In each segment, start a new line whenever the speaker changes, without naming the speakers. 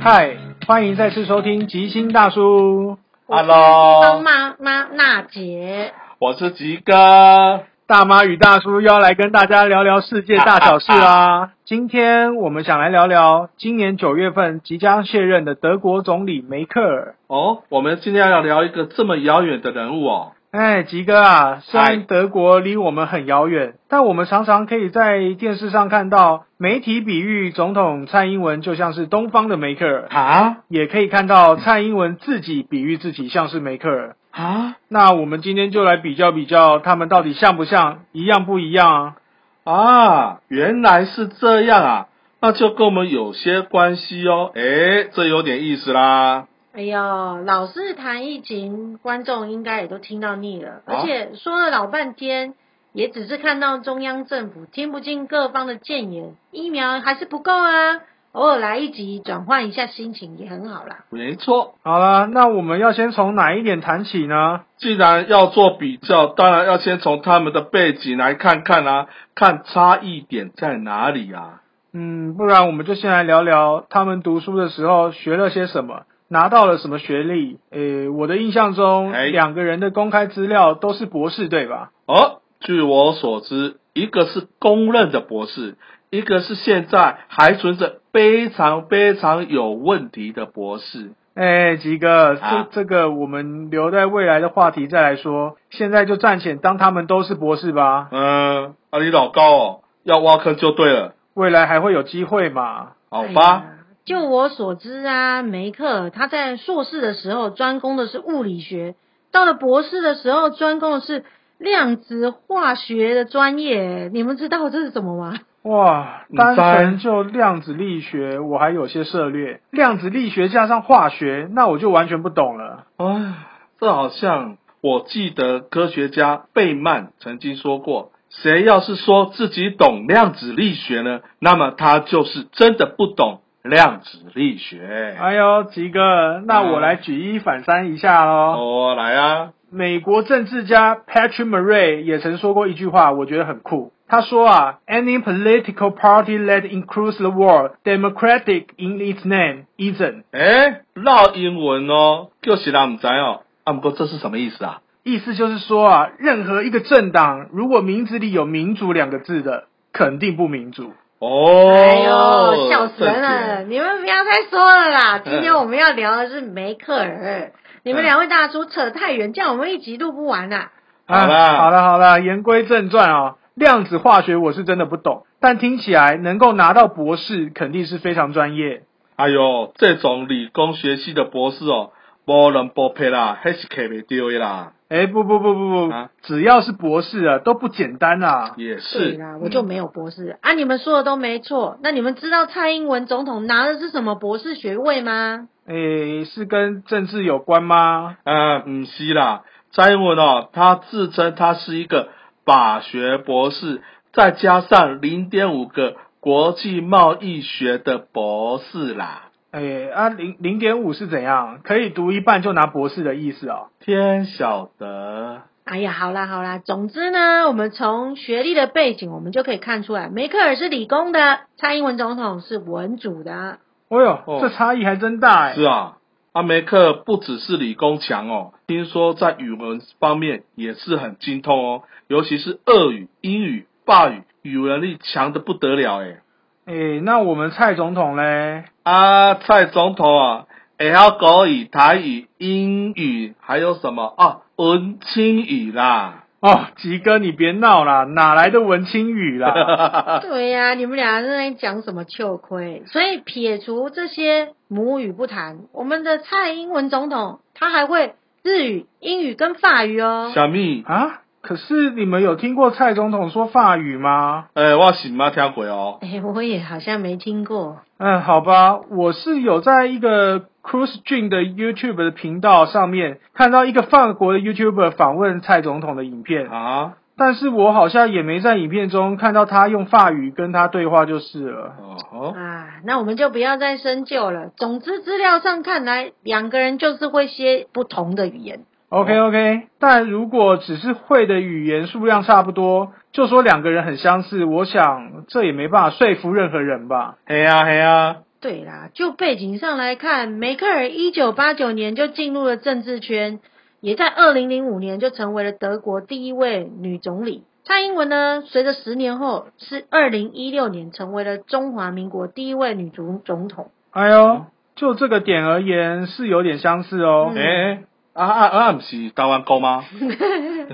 嗨，欢迎再次收听吉星大叔。
Hello，
帮妈妈娜姐，
我是吉哥。
大妈与大叔又要来跟大家聊聊世界大小事啦。今天我们想来聊聊今年九月份即将卸任的德国总理梅克尔。
哦，我们今天要聊一个这么遥远的人物哦。
哎，吉哥啊，虽
嗨
然德国离我们很遥远，但我们常常可以在电视上看到媒体比喻总统蔡英文就像是东方的梅克尔，
啊
也可以看到蔡英文自己比喻自己像是梅克尔。
啊
那我们今天就来比较比较，他们到底像不像，一样不一样啊？
啊！原来是这样啊，那就跟我们有些关系哦。诶，这有点意思啦。
哎呦，老是谈疫情，观众应该也都听到腻了，
啊
而且说了老半天，也只是看到中央政府，听不进各方的谏言，疫苗还是不够啊，偶尔来一集，转换一下心情也很好啦。
没错，
好了，那我们要先从哪一点谈起呢？
既然要做比较，当然要先从他们的背景来看看啊，看差异点在哪里啊。
嗯，不然我们就先来聊聊他们读书的时候学了些什么，拿到了什么学历。呃，我的印象中，
哎
两个人的公开资料都是博士，对吧？
哦，据我所知，一个是公认的博士，一个是现在还存着非常非常有问题的博士。
哎，吉哥，这、
啊
这个我们留在未来的话题再来说，现在就暂且当他们都是博士吧，
嗯，啊，你老高哦，要挖坑就对了，
未来还会有机会嘛。
好
哎
吧？
呀就我所知啊，梅克尔他在硕士的时候专攻的是物理学，到了博士的时候专攻的是量子化学的专业，你们知道这是什么吗？
哇，
你
单
在
纯就量子力学，我还有些涉略。量子力学加上化学，那我就完全不懂了。
哎，这好像我记得科学家贝曼曾经说过，谁要是说自己懂量子力学呢，那么他就是真的不懂量子力学。
哎呦，吉哥，那我来举一反三一下喽。
哦，来啊，
美国政治家 Patrick Murray 也曾说过一句话，我觉得很酷。他说啊，Any political party that includes the word democratic in its name isn't，
诶，哎绕英文哦，就是啦，唔知哦。啊，不过这是什么意思啊？
意思就是说啊，任何一个政党如果名字里有民主两个字的，肯定不民主。
哦，嗯
哎呦，笑死人啊了！
正解！
你们不要再说了啦，今天我们要聊的是梅克
嗯
尔。你们两位大叔扯太远，这样我们一集录不完啦、
啊
好啦
好了好了，言归正传啊、量子化学我是真的不懂，但听起来能够拿到博士肯定是非常专业。
哎呦，这种理工学系的博士哦，无人不配啦，还是开不丢的啦，
哎，不不不不不，
啊嗯
只要是博士啊，都不简单啊。
也
对
是。嗯
啦，我就没有博士、啊，你们说的都没错。那你们知道蔡英文总统拿的是什么博士学位吗？
哎，是跟政治有关吗？
啊，唔是啦，蔡英文哦，他自称他是一个法学博士，再加上零点五个国际贸易学的博士啦。
哎啊，零零点五是怎样？可以读一半就拿博士的意思哦。
天晓得，
哎呀，好啦好啦，总之呢，我们从学历的背景，我们就可以看出来，梅克尔是理工的，蔡英文总统是文组的啊。
哦呦，
哦
这差异还真大哎
是。啊，阿梅克不只是理工强哦，听说在语文方面也是很精通哦，尤其是俄语、英语、法语，语文能力强的不得了诶。
哎，那我们蔡总统嘞？
啊，蔡总统啊，会晓国语、台语、英语，还有什么啊？文青语啦，
哦，吉哥你别闹啦，哪来的文青语啦？
对呀、你们俩在那里讲什么秋亏？所以撇除这些母语不谈，我们的蔡英文总统他还会日语、英语跟法语哦。
小蜜，
啊？可是你们有听过蔡总统说法语吗？
诶、我是毋捌听过哦。
哎、我也好像没听过。
嗯，好吧，我是有在一个 Cruise Jun 的 YouTube 的频道上面看到一个法国的 YouTuber 访问蔡总统的影片，
啊，
但是我好像也没在影片中看到他用法语跟他对话就是了。
哦吼，
啊，那我们就不要再深究了。总之，资料上看来，两个人就是会些不同的语言。
OK OK，但如果只是会的语言数量差不多，就说两个人很相似，我想这也没办法说服任何人吧。
嘿啊嘿啊，
对啦，就背景上来看，梅克尔一九八九年就进入了政治圈，也在二零零五年就成为了德国第一位女总理。蔡英文呢，随着十年后是二零一六年成为了中华民国第一位女总总统。
哎呦，就这个点而言是有点相似哦。
嗯
哎、啊啊啊，不是台湾狗吗？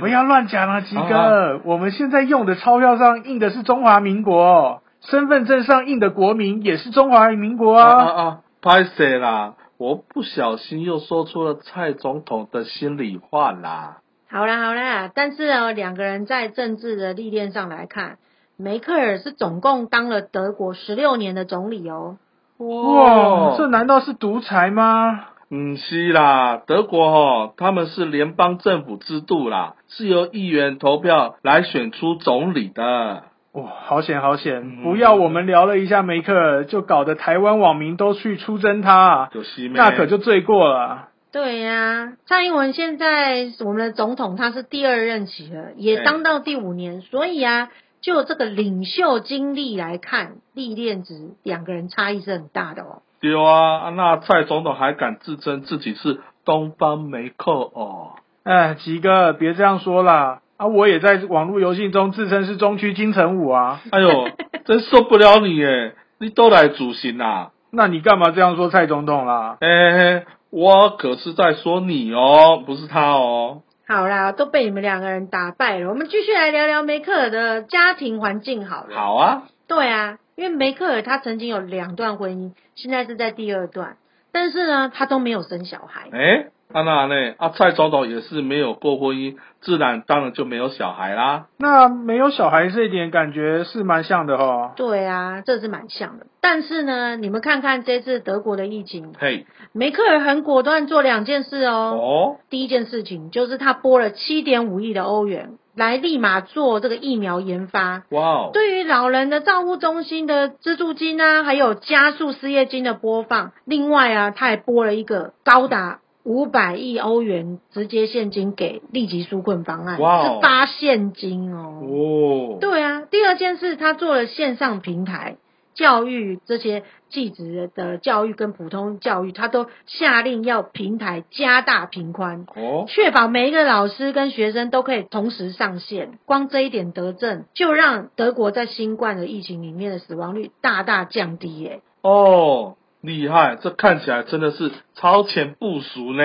不要乱讲啊，吉
啊
哥！我们现在用的钞票上印的是中华民国，身份证上印的国民也是中华民国
啊
啊。
啊，拍谁啦？我不小心又说出了蔡总统的心里话啦。
好啦好啦，但是呢，两个人在政治的历练上来看，梅克尔是总共当了德国十六年的总理哦。
哦
哇，这难道是独裁吗？
嗯，是啦，德国哦，他们是联邦政府制度啦，是由议员投票来选出总理的。
哇，好险好险！
嗯
不要我们聊了一下梅克尔，就搞得台湾网民都去出征他啊，
有西妹，
那可就罪过了。
对呀、蔡英文现在我们的总统他是第二任期了，也当到第五年，所以啊，就这个领袖经历来看，历练值两个人差异是很大的哦。
丢啊！那蔡总统还敢自称自己是东方梅克哦？
哎，吉哥，别这样说啦。啊，我也在网络游戏中自称是中区金城武啊，
哎呦，真受不了你耶！你都来主行啦、
那你干嘛这样说蔡总统啦？
嘿嘿，我可是在说你哦，不是他哦。
好啦，都被你们两个人打败了，我们继续来聊聊梅克尔的家庭环境好了。
好啊，
对啊，因为梅克尔她曾经有两段婚姻，现在是在第二段，但是呢，她都没有生小孩。
哎，啊那呢？啊，蔡总统也是没有过婚姻，自然当然就没有小孩啦。
那没有小孩这一点感觉是蛮像的哦。
对啊，这是蛮像的。但是呢，你们看看这次德国的疫情，
嘿，
梅克尔很果断做两件事哦。
哦，
第一件事情就是他拨了七点五亿的欧元来立马做这个疫苗研发。
哇哦，
对于老人的照护中心的资助金啊，还有加速失业金的播放。另外啊，他还拨了一个高达五百亿欧元直接现金给立即纾困方案，
哇哦
是发现金哦。
哦，
对啊，第二件事，他做了线上平台教育这些技职的教育跟普通教育，他都下令要平台加大平宽。
哦，
确保每一个老师跟学生都可以同时上线，光这一点得证，就让德国在新冠的疫情里面的死亡率大大降低耶。
哦，厉害，这看起来真的是超前部署呢。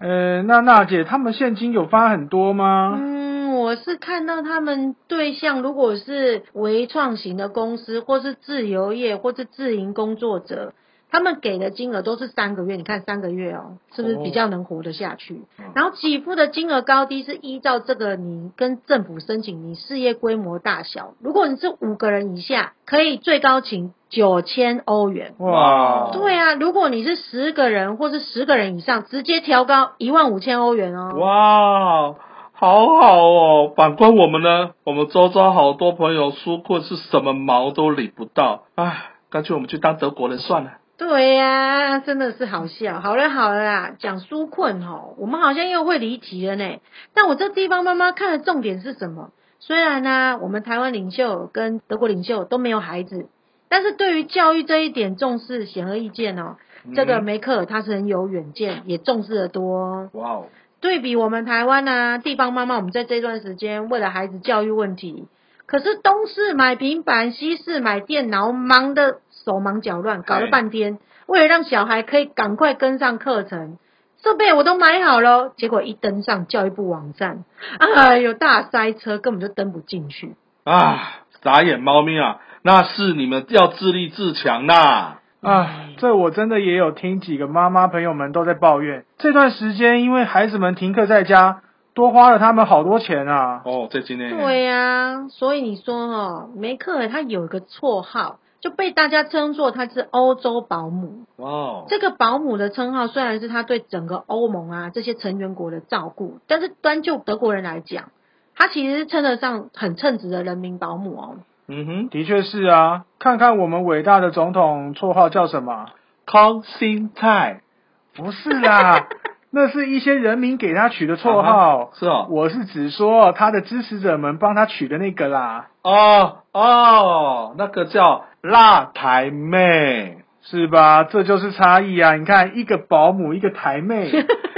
呃，那娜姐他们现金有发很多吗？
嗯，我是看到他们对象如果是微创型的公司，或是自由业，或是自营工作者。他们给的金额都是三个月，你看三个月哦，是不是比较能活得下去？
嗯
然后给付的金额高低是依照这个你跟政府申请你事业规模大小，如果你是五个人以下，可以最高请九千欧元。
哦哇，
对啊，如果你是十个人或是十个人以上，直接调高一万五千欧元哦。
哇，好好哦。反观我们呢，我们周遭好多朋友纾困是什么毛都理不到，唉，干脆我们去当德国人算了。
对呀、真的是好笑。好了好了啦，讲纾困吼，我们好像又会离题了呢。但我这地方妈妈看的重点是什么？虽然呢、我们台湾领袖跟德国领袖都没有孩子，但是对于教育这一点重视显而易见哦。这个
嗯
梅克尔他是很有远见，也重视的多、哦。
哇哦，
对比我们台湾啊，地方妈妈，我们在这段时间为了孩子教育问题，可是东市买平板，西市买电脑，忙得手忙脚乱，搞了半天，为了让小孩可以赶快跟上课程。设备我都买好了，结果一登上教育部网站，哎呦，大塞车，根本就登不进去。
啊，傻眼猫咪啊，那是你们要自立自强呐。
啊，这我真的也有听几个妈妈朋友们都在抱怨，这段时间因为孩子们停课在家，多花了他们好多钱啊。
哦，这今天
对呀、所以你说哦，梅克尔他有一个绰号，就被大家称作他是欧洲保姆。
哇哦，
这个保姆的称号虽然是他对整个欧盟啊这些成员国的照顾，但是单就德国人来讲，他其实称得上很称职的人民保姆哦。
嗯哼，
的确是啊，看看我们伟大的总统绰号叫什么？
康心泰
不是啦，那是一些人民给他取的绰号。
是哦，
我是指说他的支持者们帮他取的那个啦。
哦哦，那个叫辣台妹，
是吧？这就是差异啊！你看，一个保姆，一个台妹，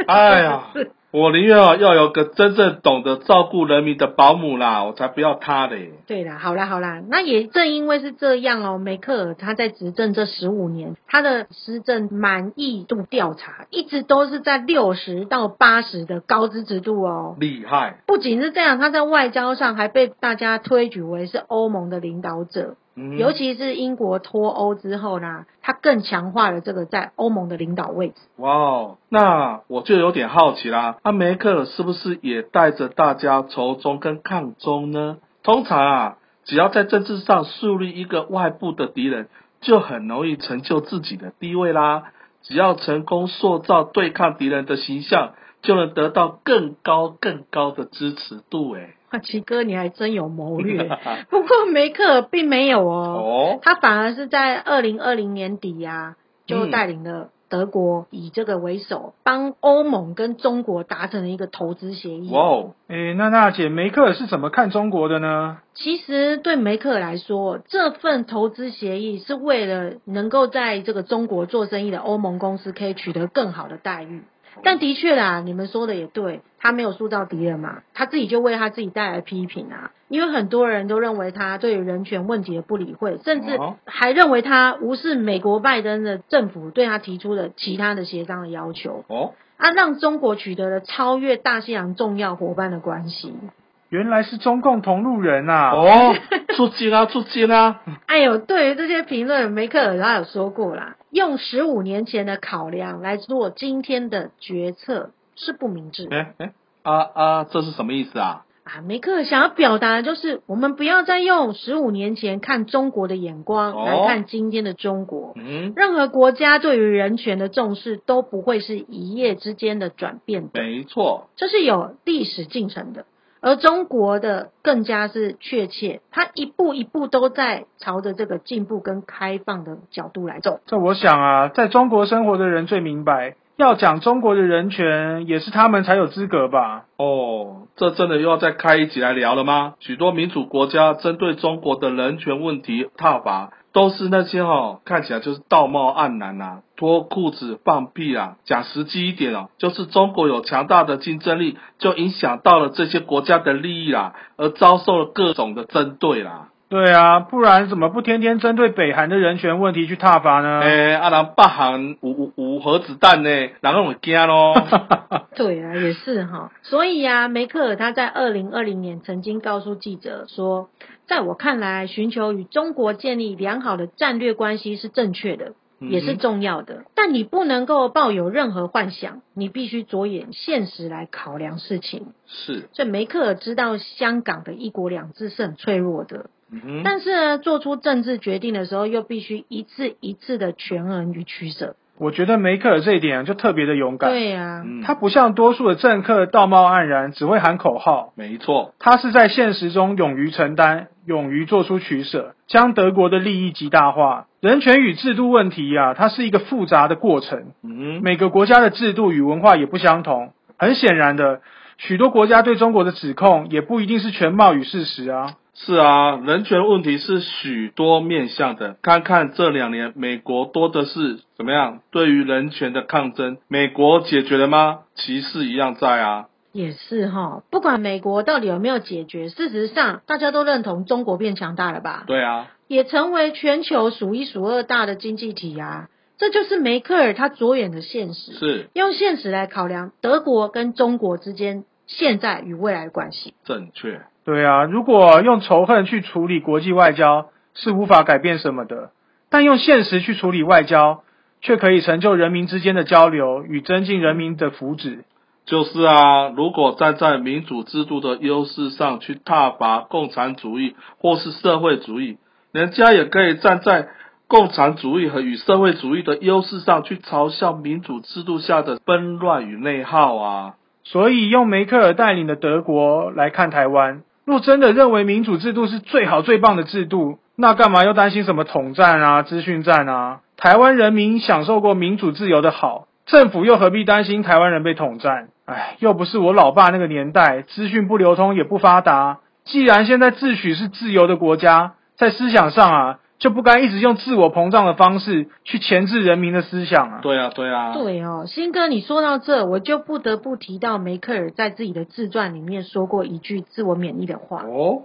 哎呀， 我宁愿啊要有个真正懂得照顾人民的保姆啦，我才不要她嘞。
对啦，好啦好啦，那也正因为是这样哦，梅克尔他在执政这十五年，他的施政满意度调查一直都是在六十到八十的高支持度哦。
厉害，
不仅是这样，他在外交上还被大家推举为是欧盟的领导者，
嗯
尤其是英国脱欧之后呢，他更强化了这个在欧盟的领导位置。
哇哦，那我就有点好奇啦，阿梅克尔是不是也带着大家仇中跟抗中呢？通常啊，只要在政治上树立一个外部的敌人，就很容易成就自己的地位啦。只要成功塑造对抗敌人的形象，就能得到更高更高的支持度。哎，
哇，奇哥，你还真有谋略。不过梅克尔并没有哦，
哦，
他反而是在二零二零年底呀、就带领了德国以这个为首，帮欧盟跟中国达成了一个投资协议。
哇哦，
诶，娜娜姐，梅克尔是怎么看中国的呢？
其实对梅克尔来说，这份投资协议是为了能够在这个中国做生意的欧盟公司可以取得更好的待遇。但的确啦，你们说的也对，他没有塑造敌人嘛，他自己就为他自己带来批评啊。因为很多人都认为他对于人权问题的不理会，甚至
哦
还认为他无视美国拜登的政府对他提出的其他的协商的要求，
哦，
啊，让中国取得了超越大西洋重要伙伴的关系。
原来是中共同路人啊！
哦， 出击啦，出啊击啦！
哎呦，对于这些评论，梅克尔他有说过啦，用十五年前的考量来做今天的决策是不明智的
哎哎，啊啊，这是什么意思啊？
啊。梅克尔想要表达的就是，我们不要再用十五年前看中国的眼光
哦
来看今天的中国。
嗯，
任何国家对于人权的重视都不会是一夜之间的转变的，
没错，
这是有历史进程的。而中国的更加是确切，它一步一步都在朝着这个进步跟开放的角度来走。
这我想啊，在中国生活的人最明白，要讲中国的人权，也是他们才有资格吧？
哦，这真的又要再开一集来聊了吗？许多民主国家针对中国的人权问题踏伐，都是那些哦，看起来就是道貌岸然啊，脱裤子放屁啊。讲实际一点哦，就是中国有强大的竞争力，就影响到了这些国家的利益啦，而遭受了各种的针对啦。
对啊，不然怎么不天天针对北韩的人权问题去踏伐呢？
嗯
哎、啊，人北韩有有有核子弹呢，人拢会惊咯。
对啊，也是哈。所以啊，梅克尔他在二零二零年曾经告诉记者说，在我看来，寻求与中国建立良好的战略关系是正确的，
嗯 哼
也是重要的。但你不能够抱有任何幻想，你必须着眼现实来考量事情。
是，
所以梅克尔知道香港的一国两制是很脆弱的，
嗯哼，
但是呢，做出政治决定的时候，又必须一次一次的权衡与取舍。
我觉得梅克尔这一点就特别的勇敢，
对啊呀、
嗯
他不像多数的政客道貌岸然，只会喊口号。
没错，
他是在现实中勇于承担，勇于做出取舍，将德国的利益极大化。人权与制度问题啊，它是一个复杂的过程，
嗯哼，
每个国家的制度与文化也不相同。很显然的，许多国家对中国的指控也不一定是全貌与事实啊。
是啊，人权问题是许多面向的。看看这两年，美国多的是怎么样？对于人权的抗争，美国解决了吗？歧视一样在啊。
也是哈，不管美国到底有没有解决，事实上大家都认同中国变强大了吧，
对啊，
也成为全球数一数二大的经济体啊。这就是梅克尔他着眼的现实，
是
用现实来考量德国跟中国之间现在与未来的关系。
正确。
对啊，如果用仇恨去处理国际外交，是无法改变什么的；但用现实去处理外交，却可以成就人民之间的交流与增进人民的福祉。
就是啊，如果站在民主制度的优势上去挞伐共产主义或是社会主义，人家也可以站在共产主义和与社会主义的优势上去嘲笑民主制度下的纷乱与内耗啊。
所以，用梅克尔带领的德国来看台湾，若真的认为民主制度是最好最棒的制度，那干嘛又担心什么统战啊、资讯战啊？台湾人民享受过民主自由的好，政府又何必担心台湾人被统战？哎，又不是我老爸那个年代，资讯不流通也不发达。既然现在自诩是自由的国家，在思想上啊，就不该一直用自我膨胀的方式去钳制人民的思想啊。
对啊，对啊，
对哦，新哥，你说到这，我就不得不提到梅克尔在自己的自传里面说过一句自我免疫的话，
哦，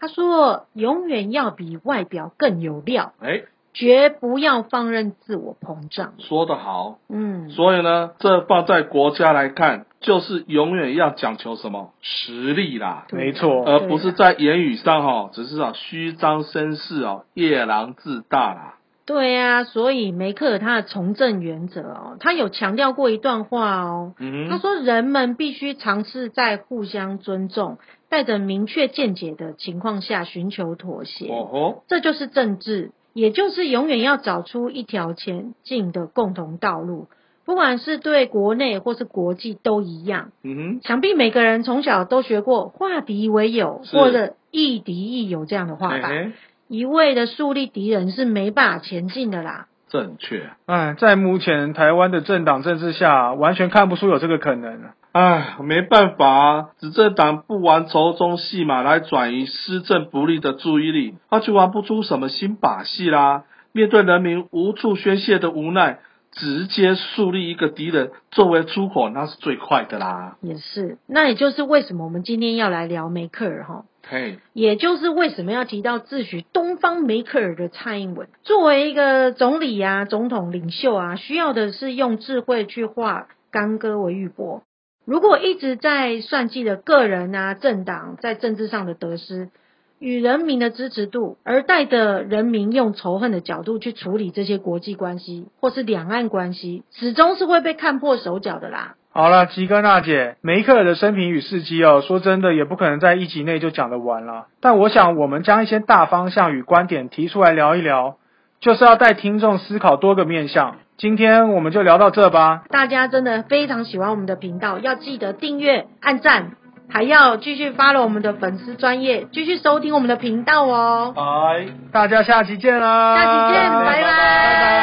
他说：“永远要比外表更有料，
哎，
绝不要放任自我膨胀。
说得好。”
嗯，
所以呢，这放在国家来看，就是永远要讲求什么实力啦，
对啊
没错
而呃不是在言语上哦，只是啊虚张声势哦，夜郎自大啦。
对呀、所以梅克尔他的从政原则哦，他有强调过一段话哦，
嗯
他
哼，
说人们必须尝试在互相尊重、带着明确见解的情况下寻求妥协，
哦吼，
这就是政治，也就是永远要找出一条前进的共同道路，不管是对国内或是国际都一样。
嗯
想必每个人从小都学过“化敌为友”
是
或者“亦敌亦友”这样的
哼，
话
嘿
吧。
哎嘿，
一味的树立敌人是没办法前进的啦。
正确。
哎，在目前台湾的政党政治下，完全看不出有这个可能啊。
唉，没办法、啊，执政党不玩仇中戏码来转移施政不利的注意力，他就玩不出什么新把戏啦。面对人民无处宣泄的无奈，直接树立一个敌人作为出口，那是最快的啦。
也是，那也就是为什么我们今天要来聊梅克尔哈，
嘿，
也就是为什么要提到自诩东方梅克尔的蔡英文，作为一个总理啊、总统领袖啊，需要的是用智慧去化干戈为玉帛。如果一直在算计着个人啊、政党在政治上的得失与人民的支持度，而带着人民用仇恨的角度去处理这些国际关系或是两岸关系，始终是会被看破手脚的啦。
好了，吉哥娜姐，梅克尔的生平与事迹哦，说真的也不可能在一集内就讲得完了。但我想，我们将一些大方向与观点提出来聊一聊，就是要带听众思考多个面向。今天我们就聊到这吧。
大家真的非常喜欢我们的频道，要记得订阅、按赞，还要继续 follow 我们的粉丝专业，继续收听我们的频道哦。
拜。
大家下期见啦！
下期见拜
拜
拜
拜。